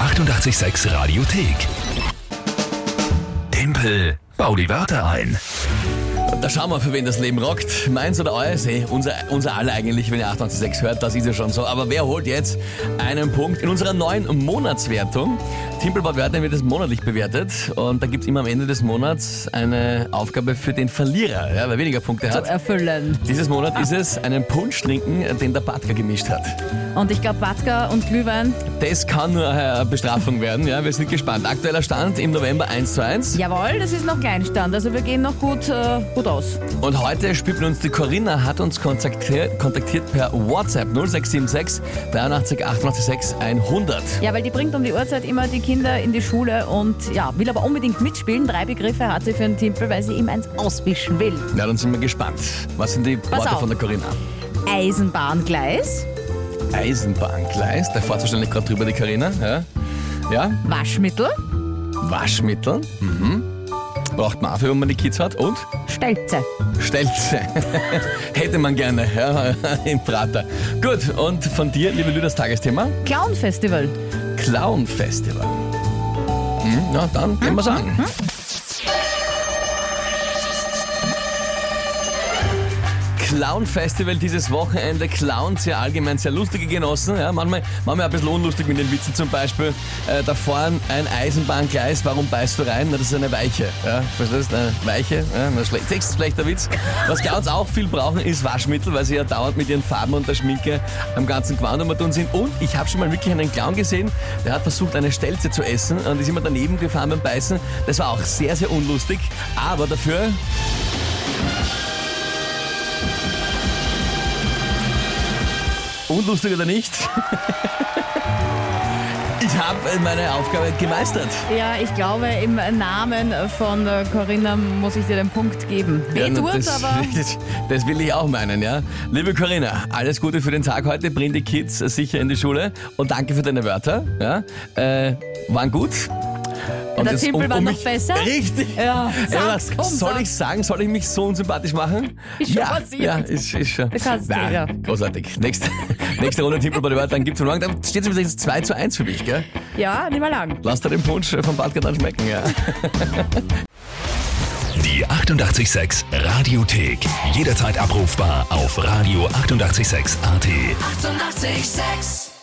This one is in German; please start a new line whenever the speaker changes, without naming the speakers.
886 Radiothek. Tempel, bau die Wörter ein.
Da schauen wir, für wen das Leben rockt. Meins oder euers? Hey, unser, unser alle eigentlich, wenn ihr 886 hört, das ist ja schon so. Aber wer holt jetzt einen Punkt? In unserer neuen Monatswertung, Timpelbad Wörter wird es monatlich bewertet. Und da gibt's immer am Ende des Monats eine Aufgabe für den Verlierer, ja, wer weniger Punkte
zu
hat.
erfüllen.
Dieses Monat ist es einen Punsch trinken, den der Batka gemischt hat.
Und ich glaube, Batka und Glühwein,
Das kann nur eine Bestrafung werden, ja, wir sind gespannt. Aktueller Stand im November 1 zu 1.
jawohl, das ist noch Kleinstand. Also wir gehen noch gut, äh, gut aus.
Und heute spielt mit uns die Corinna, hat uns kontaktiert, kontaktiert per WhatsApp 0676 83 886 100.
Ja, weil die bringt um die Uhrzeit immer die Kinder in die Schule und ja, will aber unbedingt mitspielen. Drei Begriffe hat sie für den Timpel, weil sie ihm eins auswischen will.
Na, dann sind wir gespannt. Was sind die Worte
auf.
von der Corinna?
Eisenbahngleis,
Eisenbahngleis, da fährt wahrscheinlich gerade drüber die Corinna. Ja. ja,
Waschmittel,
Waschmittel. Mhm. Braucht man auch, für, wenn man die Kids hat. Und?
Stelze.
Stelze. Hätte man gerne, ja, im Prater. Gut, und von dir, liebe Lü, das Tagesthema?
Clown-Festival.
Clown Festival. Hm, na, dann gehen wir's an. Clown Festival dieses Wochenende. Clowns ja allgemein sehr lustige Genossen. Ja, manchmal, manchmal ein bisschen unlustig mit den Witzen zum Beispiel. Äh, da vorn ein Eisenbahngleis, warum beißt du rein? Na, das ist eine Weiche. Ja, verstehst du? Eine Weiche. Ja, na, schle sechs schlechter Witz. Was Clowns auch viel brauchen, ist Waschmittel, weil sie ja dauernd mit ihren Farben und der Schminke am ganzen Gewand um tun sind. Und ich habe schon mal wirklich einen Clown gesehen, der hat versucht, eine Stelze zu essen und ist immer daneben gefahren beim Beißen. Das war auch sehr, sehr unlustig. Aber dafür Unlustig oder nicht? Ich habe meine Aufgabe gemeistert.
Ja, ich glaube, im Namen von äh, Corinna muss ich dir den Punkt geben.
Ja,
Weh
na,
tut's,
das,
aber
das, das will ich auch meinen, ja. Liebe Corinna, alles Gute für den Tag heute. Bring die Kids äh, sicher in die Schule und danke für deine Wörter. Ja. Äh, waren gut. Und
Der
jetzt
Timpel war noch
mich-
besser?
Richtig.
Ja,
Ja,
sag's, komm,
soll
sag's.
ich sagen, soll ich mich so unsympathisch machen?
Ist schon
ja,
passiert.
Ja, ist, ist schon.
Das hast du,
Na,
ja.
Großartig. Nächste, nächste Runde Timpel bei den Wörtern gibt's morgen. Da steht es übrigens 2 zu 1 für mich, gell?
ja, nicht mehr lang.
Lass dir den Punsch vom Badger dann schmecken, ja.
Die 886 Radiothek. Jederzeit abrufbar auf radio886.at. 886! 886.
886